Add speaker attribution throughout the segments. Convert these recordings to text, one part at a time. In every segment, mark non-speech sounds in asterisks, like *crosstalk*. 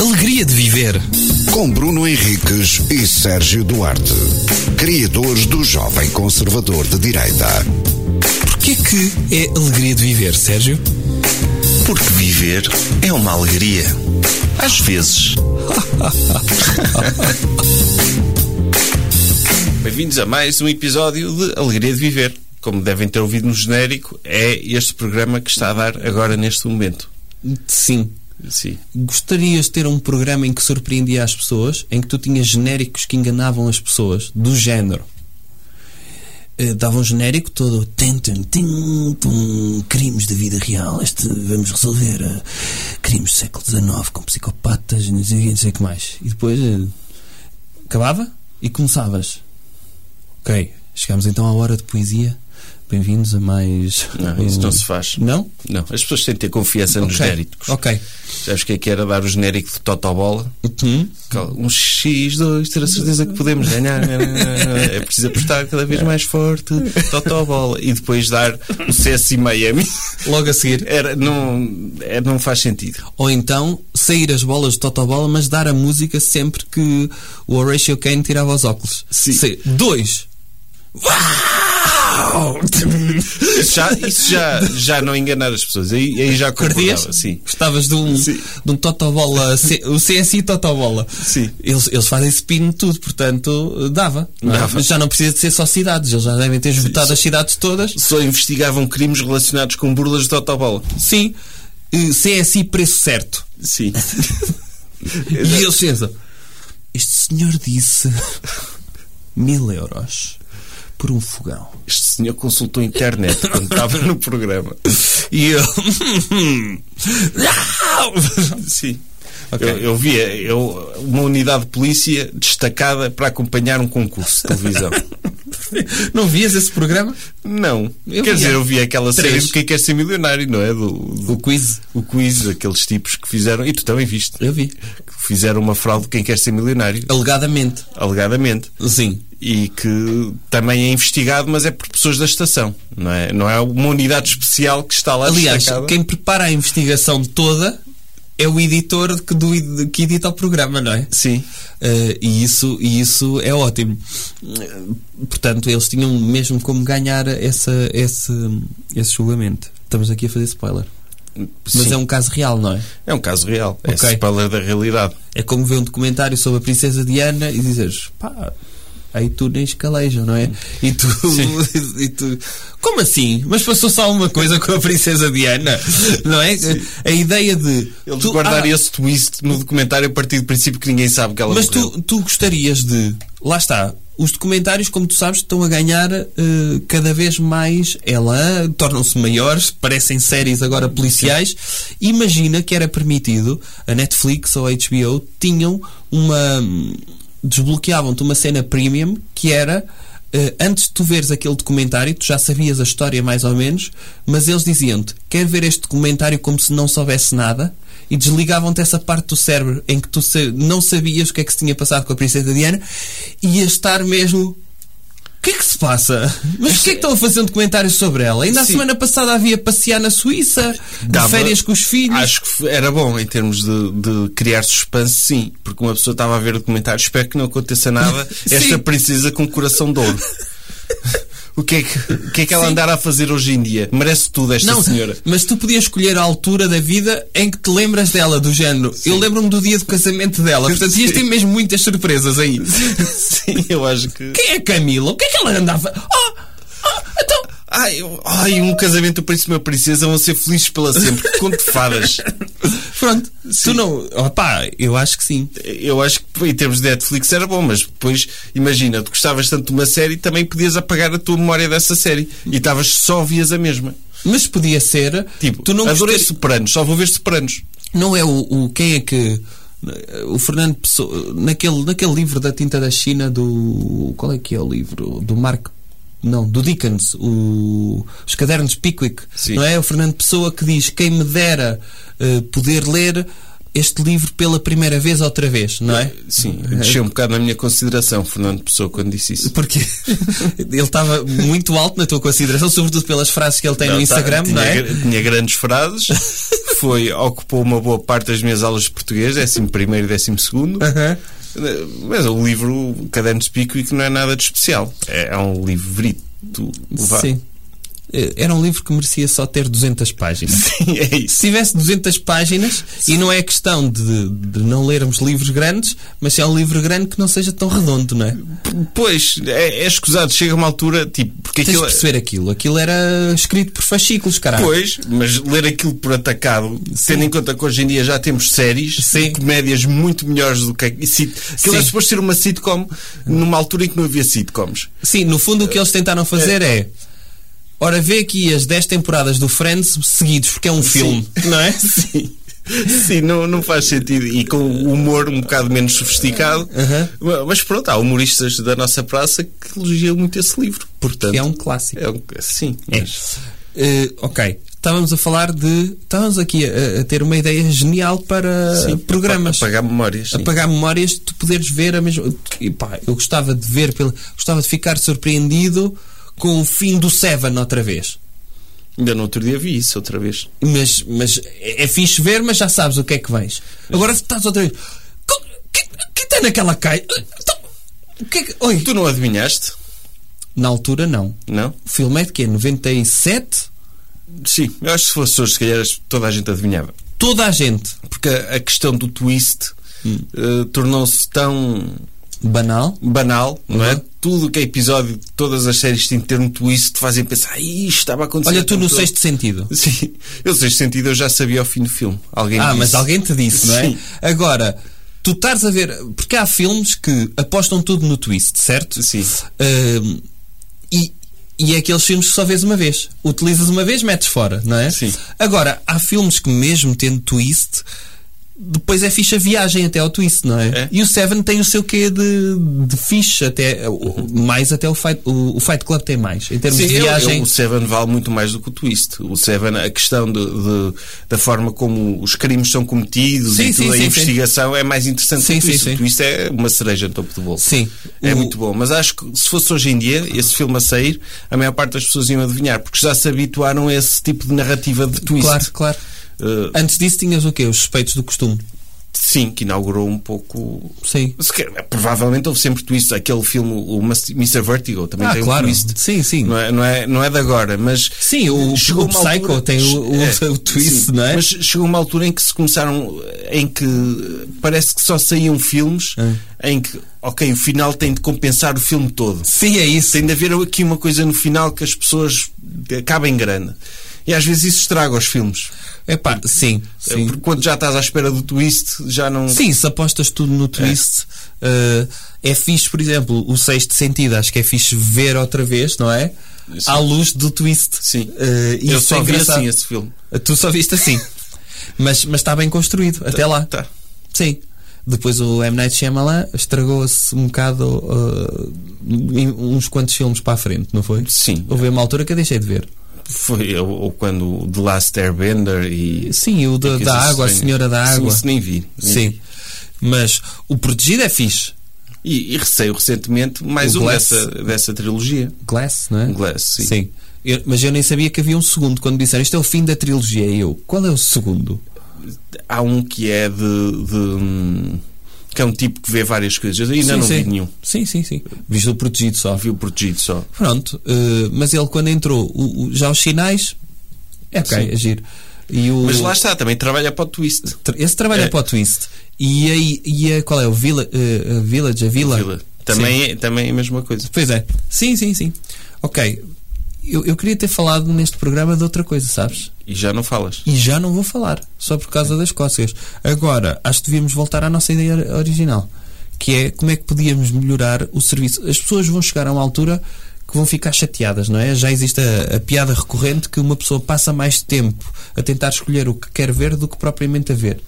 Speaker 1: alegria de viver.
Speaker 2: Com Bruno Henriques e Sérgio Duarte, criadores do Jovem Conservador de Direita.
Speaker 1: Porquê que é alegria de viver, Sérgio?
Speaker 3: Porque viver é uma alegria. Às vezes. Bem-vindos a mais um episódio de Alegria de Viver. Como devem ter ouvido no genérico, é este programa que está a dar agora neste momento.
Speaker 1: Sim.
Speaker 3: Sim.
Speaker 1: Gostarias de ter um programa em que surpreendia as pessoas, em que tu tinhas genéricos que enganavam as pessoas, do género. Eh, Dava um genérico todo tum, tum, tum, tum, crimes da vida real. Este vamos resolver eh, crimes do século XIX com psicopatas, não sei, o quê, não sei o que mais. E depois eh, acabava e começavas. Ok, chegamos então à hora de poesia. Bem-vindos a mais.
Speaker 3: Não, isso
Speaker 1: um-
Speaker 3: não se faz.
Speaker 1: Não?
Speaker 3: Não, as pessoas têm de ter confiança nos
Speaker 1: Ok,
Speaker 3: genéricos.
Speaker 1: Ok.
Speaker 3: Sabes o que é que era dar o genérico de Totobola?
Speaker 1: Uhum.
Speaker 3: Um X2, ter a certeza que podemos ganhar. É preciso apostar cada vez mais forte. Totobola. E depois dar o CS e Miami.
Speaker 1: Logo a seguir.
Speaker 3: Era, não, é, não faz sentido.
Speaker 1: Ou então sair as bolas de totobola, mas dar a música sempre que o Horatio Kane tirava os óculos.
Speaker 3: Sim.
Speaker 1: Sei- dois.
Speaker 3: *laughs*
Speaker 1: Uau!
Speaker 3: Isso já, isso já, já não enganar as pessoas. Aí, aí já
Speaker 1: Perdias?
Speaker 3: concordava. Sim.
Speaker 1: Gostavas de um,
Speaker 3: Sim.
Speaker 1: de um totobola, C- o CSI totobola.
Speaker 3: Sim.
Speaker 1: Eles, eles fazem spin de tudo, portanto dava. não é?
Speaker 3: Dava.
Speaker 1: Mas já não precisa de ser só cidades, eles já devem ter esgotado as cidades todas.
Speaker 3: Só investigavam crimes relacionados com burlas de Totobola.
Speaker 1: Sim. Eh, CSI preço certo.
Speaker 3: Sim.
Speaker 1: E eles pensam: Este senhor *laughs* disse mil euros por um fogão.
Speaker 3: Este senhor consultou a internet quando estava no programa.
Speaker 1: E eu. Não!
Speaker 3: Sim.
Speaker 1: Ok.
Speaker 3: Eu, eu via eu, uma unidade de polícia destacada para acompanhar um concurso de televisão.
Speaker 1: Não vias esse programa?
Speaker 3: Não.
Speaker 1: Eu
Speaker 3: Quer
Speaker 1: via.
Speaker 3: dizer, eu via aquela série
Speaker 1: Três.
Speaker 3: do Quem Quer Ser Milionário, não é? Do, do-
Speaker 1: O quiz?
Speaker 3: o quiz, aqueles tipos que fizeram. E tu também viste.
Speaker 1: Eu vi.
Speaker 3: que Fizeram uma fraude de Quem Quer Ser Milionário,
Speaker 1: Alegadamente.
Speaker 3: alegadamente.
Speaker 1: Sim.
Speaker 3: E que também é investigado, mas é por pessoas da estação, não é? Não é uma unidade especial que está lá
Speaker 1: Aliás,
Speaker 3: destacada.
Speaker 1: quem prepara a investigação toda é o editor que, do, ed- que edita o programa, não é?
Speaker 3: Sim.
Speaker 1: Eh, e, isso, e isso é ótimo. Eh, Portanto, eles tinham mesmo como ganhar essa, esse, esse julgamento. Estamos aqui a fazer spoiler. Mas
Speaker 3: Sim.
Speaker 1: é um caso real, não é?
Speaker 3: É um caso real. É
Speaker 1: Ok.
Speaker 3: spoiler da realidade.
Speaker 1: É como ver um documentário sobre a princesa Diana e dizeres, pá, aí tu nem escaleja, não é? E tu, *laughs* e tu, como assim? Mas passou só uma coisa com a princesa Diana, não é? A ideia de
Speaker 3: Eles
Speaker 1: tu-
Speaker 3: guardaram
Speaker 1: ah,
Speaker 3: esse twist no documentário a partir do princípio que ninguém sabe que ela
Speaker 1: mas
Speaker 3: morreu.
Speaker 1: tu, tu gostarias de. Lá está. Os documentários, como tu sabes, estão a ganhar eh, cada vez mais ela, tornam-se maiores, parecem séries agora policiais. Imagina que era permitido, a Netflix ou a HBO tinham uma. desbloqueavam-te uma cena premium que era. eh, antes de tu veres aquele documentário, tu já sabias a história mais ou menos, mas eles diziam-te: quer ver este documentário como se não soubesse nada? e desligavam-te essa parte do cérebro em que tu sa- não sabias o que é que se tinha passado com a princesa Diana e ias estar mesmo o que é que se passa? Mas o que é que estão a fazer um documentário sobre ela? Ainda a
Speaker 3: Sim.
Speaker 1: semana passada havia passear na Suíça, de
Speaker 3: Dava-
Speaker 1: férias com os filhos.
Speaker 3: Acho que f- era bom em termos de, de criar suspense, sim. Porque uma pessoa estava a ver o documentário, espero que não aconteça nada.
Speaker 1: *laughs* Sim.
Speaker 3: Esta princesa com um coração de
Speaker 1: *laughs*
Speaker 3: ouro. O que, é que, o que é que ela andará a fazer hoje em dia? Merece tudo esta
Speaker 1: Não, *laughs*
Speaker 3: senhora.
Speaker 1: mas tu podias escolher a altura da vida em que te lembras dela, do género. Eu lembro-me do dia do casamento dela. Portanto, ias ter mesmo muitas surpresas aí.
Speaker 3: Sim, eu acho que.
Speaker 1: Quem é Camila? O que é que ela andava? Oh, oh, então,
Speaker 3: Ai, eu- ai, um casamento do príncipe e uma princesa vão ser felizes pela sempre. Que conto de
Speaker 1: *laughs*
Speaker 3: fadas.
Speaker 1: pronto. Tu não. Opá, eu acho que sim.
Speaker 3: Eu acho que em termos de Netflix era bom, mas depois, imagina, tu gostavas tanto de uma série, também podias apagar a tua memória dessa série e estavas só vias a mesma.
Speaker 1: Mas podia ser.
Speaker 3: Tipo,
Speaker 1: tu não
Speaker 3: adorei
Speaker 1: gostar-
Speaker 3: Sopranos, só vou ver Sopranos.
Speaker 1: Não é o, o- quem é que. O Fernando Pessoa. Naquele, naquele livro da tinta da China do. Qual é que é o livro? Do Mark. Não, do Dickens, o- os cadernos de Pickwick,
Speaker 3: Sim.
Speaker 1: não é? O Fernando Pessoa que diz: Quem me dera eh, poder ler este livro pela primeira vez outra vez, não
Speaker 3: *laughs*
Speaker 1: é?
Speaker 3: Sim, desceu um bocado na minha consideração, Fernando Pessoa, quando disse isso.
Speaker 1: Porque ele estava muito alto na tua consideração, sobretudo pelas frases que ele tem É no
Speaker 3: Não, tá,
Speaker 1: Instagram,
Speaker 3: tinha,
Speaker 1: não é? *laughs*
Speaker 3: gra- Tinha grandes frases, foi, ocupou uma boa parte das minhas aulas de português, 11 primeiro e 12 segundo.
Speaker 1: Aham.
Speaker 3: Mas o livro um Caderno de Pico e que não é nada de especial. É, é um livrito. vá.
Speaker 1: Sim. Eh, Era um livro que merecia só ter 200 páginas.
Speaker 3: *laughs* Sim, *laughs* é isso.
Speaker 1: Se tivesse 200 páginas, e não é questão de, de não lermos livros grandes, mas é um livro grande que não seja tão redondo, não é?
Speaker 3: Pois, é, é escusado. Chega uma altura, tipo, porque
Speaker 1: Tens de
Speaker 3: aquilo.
Speaker 1: perceber aquilo. Aquilo era escrito por fascículos, caralho.
Speaker 3: Pois, mas ler aquilo por atacado, tendo em conta que hoje em dia já temos séries
Speaker 1: Sim.
Speaker 3: e comédias muito melhores do que e sit- aquilo é
Speaker 1: Sim.
Speaker 3: suposto ser uma sitcom numa altura em que não havia sitcoms.
Speaker 1: Sim, no fundo o que eles tentaram fazer é. Ora, vê aqui as 10 temporadas do Friends seguidos, porque é um filme,
Speaker 3: *laughs*
Speaker 1: não é?
Speaker 3: Sim. Sim, não, não faz sentido. E com o humor um bocado menos sofisticado.
Speaker 1: Aham.
Speaker 3: Ma- Mas pronto, há humoristas da nossa praça que elogiam muito esse livro. Portanto,
Speaker 1: É um clássico.
Speaker 3: é um- Sim, mas-
Speaker 1: Eh, ok. Estávamos a falar de. Estávamos aqui a, a ter uma ideia genial para
Speaker 3: sim,
Speaker 1: programas.
Speaker 3: apa- Apagar ah, memórias. sim.
Speaker 1: apagar memórias, tu poderes ver a mesma. e pá, eu gostava de ver, pela, gostava de ficar surpreendido com o fim do Seven outra vez.
Speaker 3: Ainda no outro dia vi isso outra vez.
Speaker 1: Mas, mas é é fixe ver, mas já sabes o que é que vens. Agora estás outra vez. "Co- que- que tem naquela caixa? Então, O que é que. Oi.
Speaker 3: Tu não adivinhaste?
Speaker 1: Na altura, não.
Speaker 3: Não?
Speaker 1: O filme é de quê? 97?
Speaker 3: Sim, eu acho que se fosse hoje, se calhar toda a gente adivinhava.
Speaker 1: Toda a gente.
Speaker 3: Porque a a questão do twist
Speaker 1: Hum.
Speaker 3: eh, tornou-se tão
Speaker 1: Banal.
Speaker 3: banal, não é?
Speaker 1: Uhum.
Speaker 3: Tudo o que é episódio de todas as séries tem de ter um twist, te fazem pensar, "Ai, isto estava a acontecer.
Speaker 1: Olha, tu
Speaker 3: tão
Speaker 1: no
Speaker 3: todo."
Speaker 1: sexto sentido.
Speaker 3: *laughs* Sim, eu sexto sentido eu já sabia ao fim do filme. Alguém
Speaker 1: Ah,
Speaker 3: disse.
Speaker 1: mas alguém te disse, não é?
Speaker 3: Sim.
Speaker 1: Agora, tu estás a ver. Porque há filmes que apostam tudo no twist, certo?
Speaker 3: Sim.
Speaker 1: Ahm, e, e é aqueles filmes que só vês uma vez. Utilizas uma vez, metes fora, não é?
Speaker 3: Sim.
Speaker 1: Agora, há filmes que, mesmo tendo twist, depois é ficha viagem até ao twist, não é?
Speaker 3: É.
Speaker 1: E o Seven tem o seu quê de, de ficha, até, o- mais até o Fight, o, o Fight Club tem mais. Em termos
Speaker 3: Sim,
Speaker 1: de
Speaker 3: eu-
Speaker 1: viagem.
Speaker 3: eu- o Seven vale muito mais do que o twist. O Seven, a questão de, de- da forma como os crimes são cometidos
Speaker 1: Sim,
Speaker 3: e
Speaker 1: sim,
Speaker 3: toda a
Speaker 1: sim, sim.
Speaker 3: investigação é mais interessante
Speaker 1: Sim,
Speaker 3: que o
Speaker 1: sim,
Speaker 3: twist.
Speaker 1: sim.
Speaker 3: O twist é uma cereja no topo do bolo.
Speaker 1: Sim.
Speaker 3: É
Speaker 1: O-
Speaker 3: muito bom. Mas acho que se fosse hoje em dia, esse filme a sair, a maior parte das pessoas iam adivinhar, porque já se habituaram a esse tipo de narrativa de twist.
Speaker 1: Claro, claro.
Speaker 3: Eh,
Speaker 1: Antes disso tinhas o quê? Os suspeitos do costume.
Speaker 3: sim, que inaugurou um pouco
Speaker 1: Sim.
Speaker 3: Se quer- é, provavelmente houve sempre twists. Aquele filme, o Mas- Mr. Vertigo, também
Speaker 1: Ah,
Speaker 3: tem
Speaker 1: claro.
Speaker 3: um twist.
Speaker 1: Sim, sim.
Speaker 3: Não é, não, é, não é de agora, mas. eh,
Speaker 1: Sim, o- o
Speaker 3: uma
Speaker 1: Psycho tem o- o- o twist, não é?
Speaker 3: Mas chegou uma altura em que se começaram. em que parece que só saíam filmes
Speaker 1: É.
Speaker 3: em que, ok, o final tem de compensar o filme todo.
Speaker 1: Sim, é isso.
Speaker 3: Tem de haver aqui uma coisa no final que as pessoas acabem grande. E às vezes isso estraga os filmes.
Speaker 1: Epá,
Speaker 3: um
Speaker 1: sim, sim.
Speaker 3: Porque quando já estás à espera do twist, já não.
Speaker 1: Sim, se apostas tudo no twist, eh, é fixe, por exemplo, o sexto sentido, acho que é fixe ver outra vez, não é?
Speaker 3: Sim.
Speaker 1: À luz do twist.
Speaker 3: Sim.
Speaker 1: Eh,
Speaker 3: Eu
Speaker 1: isso
Speaker 3: só
Speaker 1: é
Speaker 3: vi
Speaker 1: engraçado.
Speaker 3: assim esse filme.
Speaker 1: Tu só viste assim. mas mas está bem construído, até lá.
Speaker 3: Tá.
Speaker 1: Sim. Depois o M. Night Shyamalan estragou-se um bocado eh, em uns quantos filmes para a frente, não foi?
Speaker 3: Sim.
Speaker 1: Houve uma altura que eu deixei de ver.
Speaker 3: Foi ou, ou quando o The Last Airbender e.
Speaker 1: Sim, o da,
Speaker 3: e
Speaker 1: da
Speaker 3: coisas
Speaker 1: água, a
Speaker 3: estranhas.
Speaker 1: senhora da
Speaker 3: É Sim,
Speaker 1: água.
Speaker 3: Isso nem vi. nem vi.
Speaker 1: Sim. Mas o protegido é fixe.
Speaker 3: E, e receio recentemente mais
Speaker 1: O
Speaker 3: um
Speaker 1: Glass.
Speaker 3: dessa, dessa trilogia.
Speaker 1: Glass, não é?
Speaker 3: Glass, sim.
Speaker 1: Eu- mas eu nem sabia que havia um segundo. Quando disseram isto é o fim da trilogia, E eu. Qual é o segundo?
Speaker 3: Há um que é de. de, hum, que é um tipo que vê várias coisas. Eu ainda
Speaker 1: Sim,
Speaker 3: não
Speaker 1: sim.
Speaker 3: vi nenhum.
Speaker 1: Sim, sim, sim. Viste o protegido só.
Speaker 3: Vi o protegido só.
Speaker 1: Pronto. eh, mas ele, quando entrou, o- o- já os sinais. É ok,
Speaker 3: Sim.
Speaker 1: é giro. E o,
Speaker 3: Mas lá está, também trabalha para o twist.
Speaker 1: tra- Esse trabalho é.
Speaker 3: É.
Speaker 1: para o twist. E aí, e a, qual é? O villa, eh, a Village? A Vila?
Speaker 3: Vila. Também, é, também é a mesma coisa.
Speaker 1: Pois é. Sim, sim, sim. Ok. Eu, eu queria ter falado neste programa de outra coisa, sabes?
Speaker 3: E já não falas.
Speaker 1: E já não vou falar, só por causa das cócegas. Agora, acho que devíamos voltar à nossa ideia or- original, que é como é que podíamos melhorar o serviço. As pessoas vão chegar a uma altura que vão ficar chateadas, não é? Já existe a, a piada recorrente que uma pessoa passa mais tempo a tentar escolher o que quer ver do que propriamente a ver.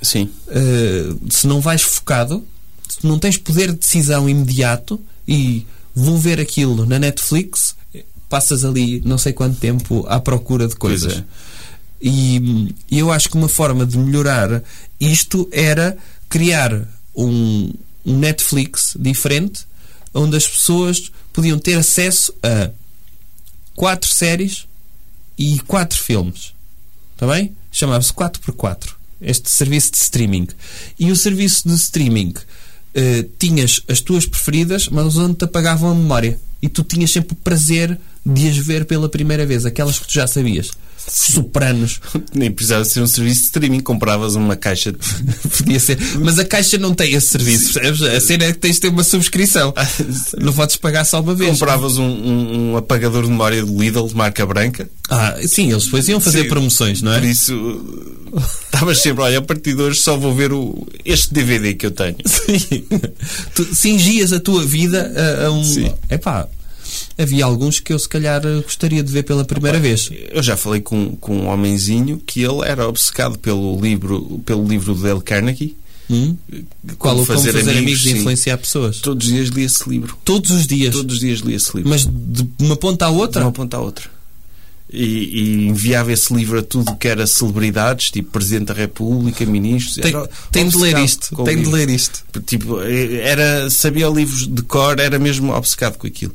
Speaker 3: Sim.
Speaker 1: Uh, se não vais focado, se não tens poder de decisão imediato e vou ver aquilo na Netflix, passas ali não sei quanto tempo à procura de
Speaker 3: Pois
Speaker 1: coisas.
Speaker 3: é.
Speaker 1: E hum, eu acho que uma forma de melhorar isto era criar um, um Netflix diferente onde as pessoas podiam ter acesso a quatro séries e quatro filmes. Está Tá bem? Chamava-se 4x4. Este serviço de streaming. E o serviço de streaming eh, tinhas as tuas preferidas, mas onde te apagavam a memória. E tu tinhas sempre o prazer de as ver pela primeira vez, aquelas que tu já sabias. Sopranos.
Speaker 3: *laughs*
Speaker 1: *laughs*
Speaker 3: Nem precisava ser um serviço de streaming, compravas uma caixa de...
Speaker 1: *laughs* Podia ser. Mas a Caixa não tem esse serviço, percebes? A cena é que tens de ter uma subscrição.
Speaker 3: Ah,
Speaker 1: Não podes pagar só uma vez.
Speaker 3: compravas um, um- um apagador de memória do Lidl de marca branca.
Speaker 1: Ah, sim, eles depois iam fazer
Speaker 3: Sim.
Speaker 1: promoções, não é?
Speaker 3: Por isso uh, estavas sempre, olha, a partir de hoje só vou ver o, este DVD que eu tenho.
Speaker 1: Sim. Tu cingias a tua vida a, a um.
Speaker 3: Sim.
Speaker 1: Epá, havia alguns que eu se calhar gostaria de ver pela primeira vez.
Speaker 3: Eu já falei com, com um homenzinho que ele era obcecado pelo livro, pelo livro de Dale Carnegie. eh,
Speaker 1: Hum?
Speaker 3: Como
Speaker 1: Qual o fazer, fazer amigos e
Speaker 3: sim.
Speaker 1: influenciar pessoas?
Speaker 3: Todos os dias li esse livro.
Speaker 1: Todos os dias.
Speaker 3: Todos os dias li esse livro.
Speaker 1: Mas tá. de uma ponta à
Speaker 3: de uma
Speaker 1: outra?
Speaker 3: ponta à outra. E, e enviava esse livro a tudo o que era celebridades, tipo Presidente da República, ministros.
Speaker 1: Tem,
Speaker 3: Era
Speaker 1: tem de ler
Speaker 3: obcecado
Speaker 1: isto.
Speaker 3: com o
Speaker 1: Tem de
Speaker 3: livro.
Speaker 1: ler isto.
Speaker 3: Tipo, era, sabia livros de cor, era mesmo obcecado com aquilo.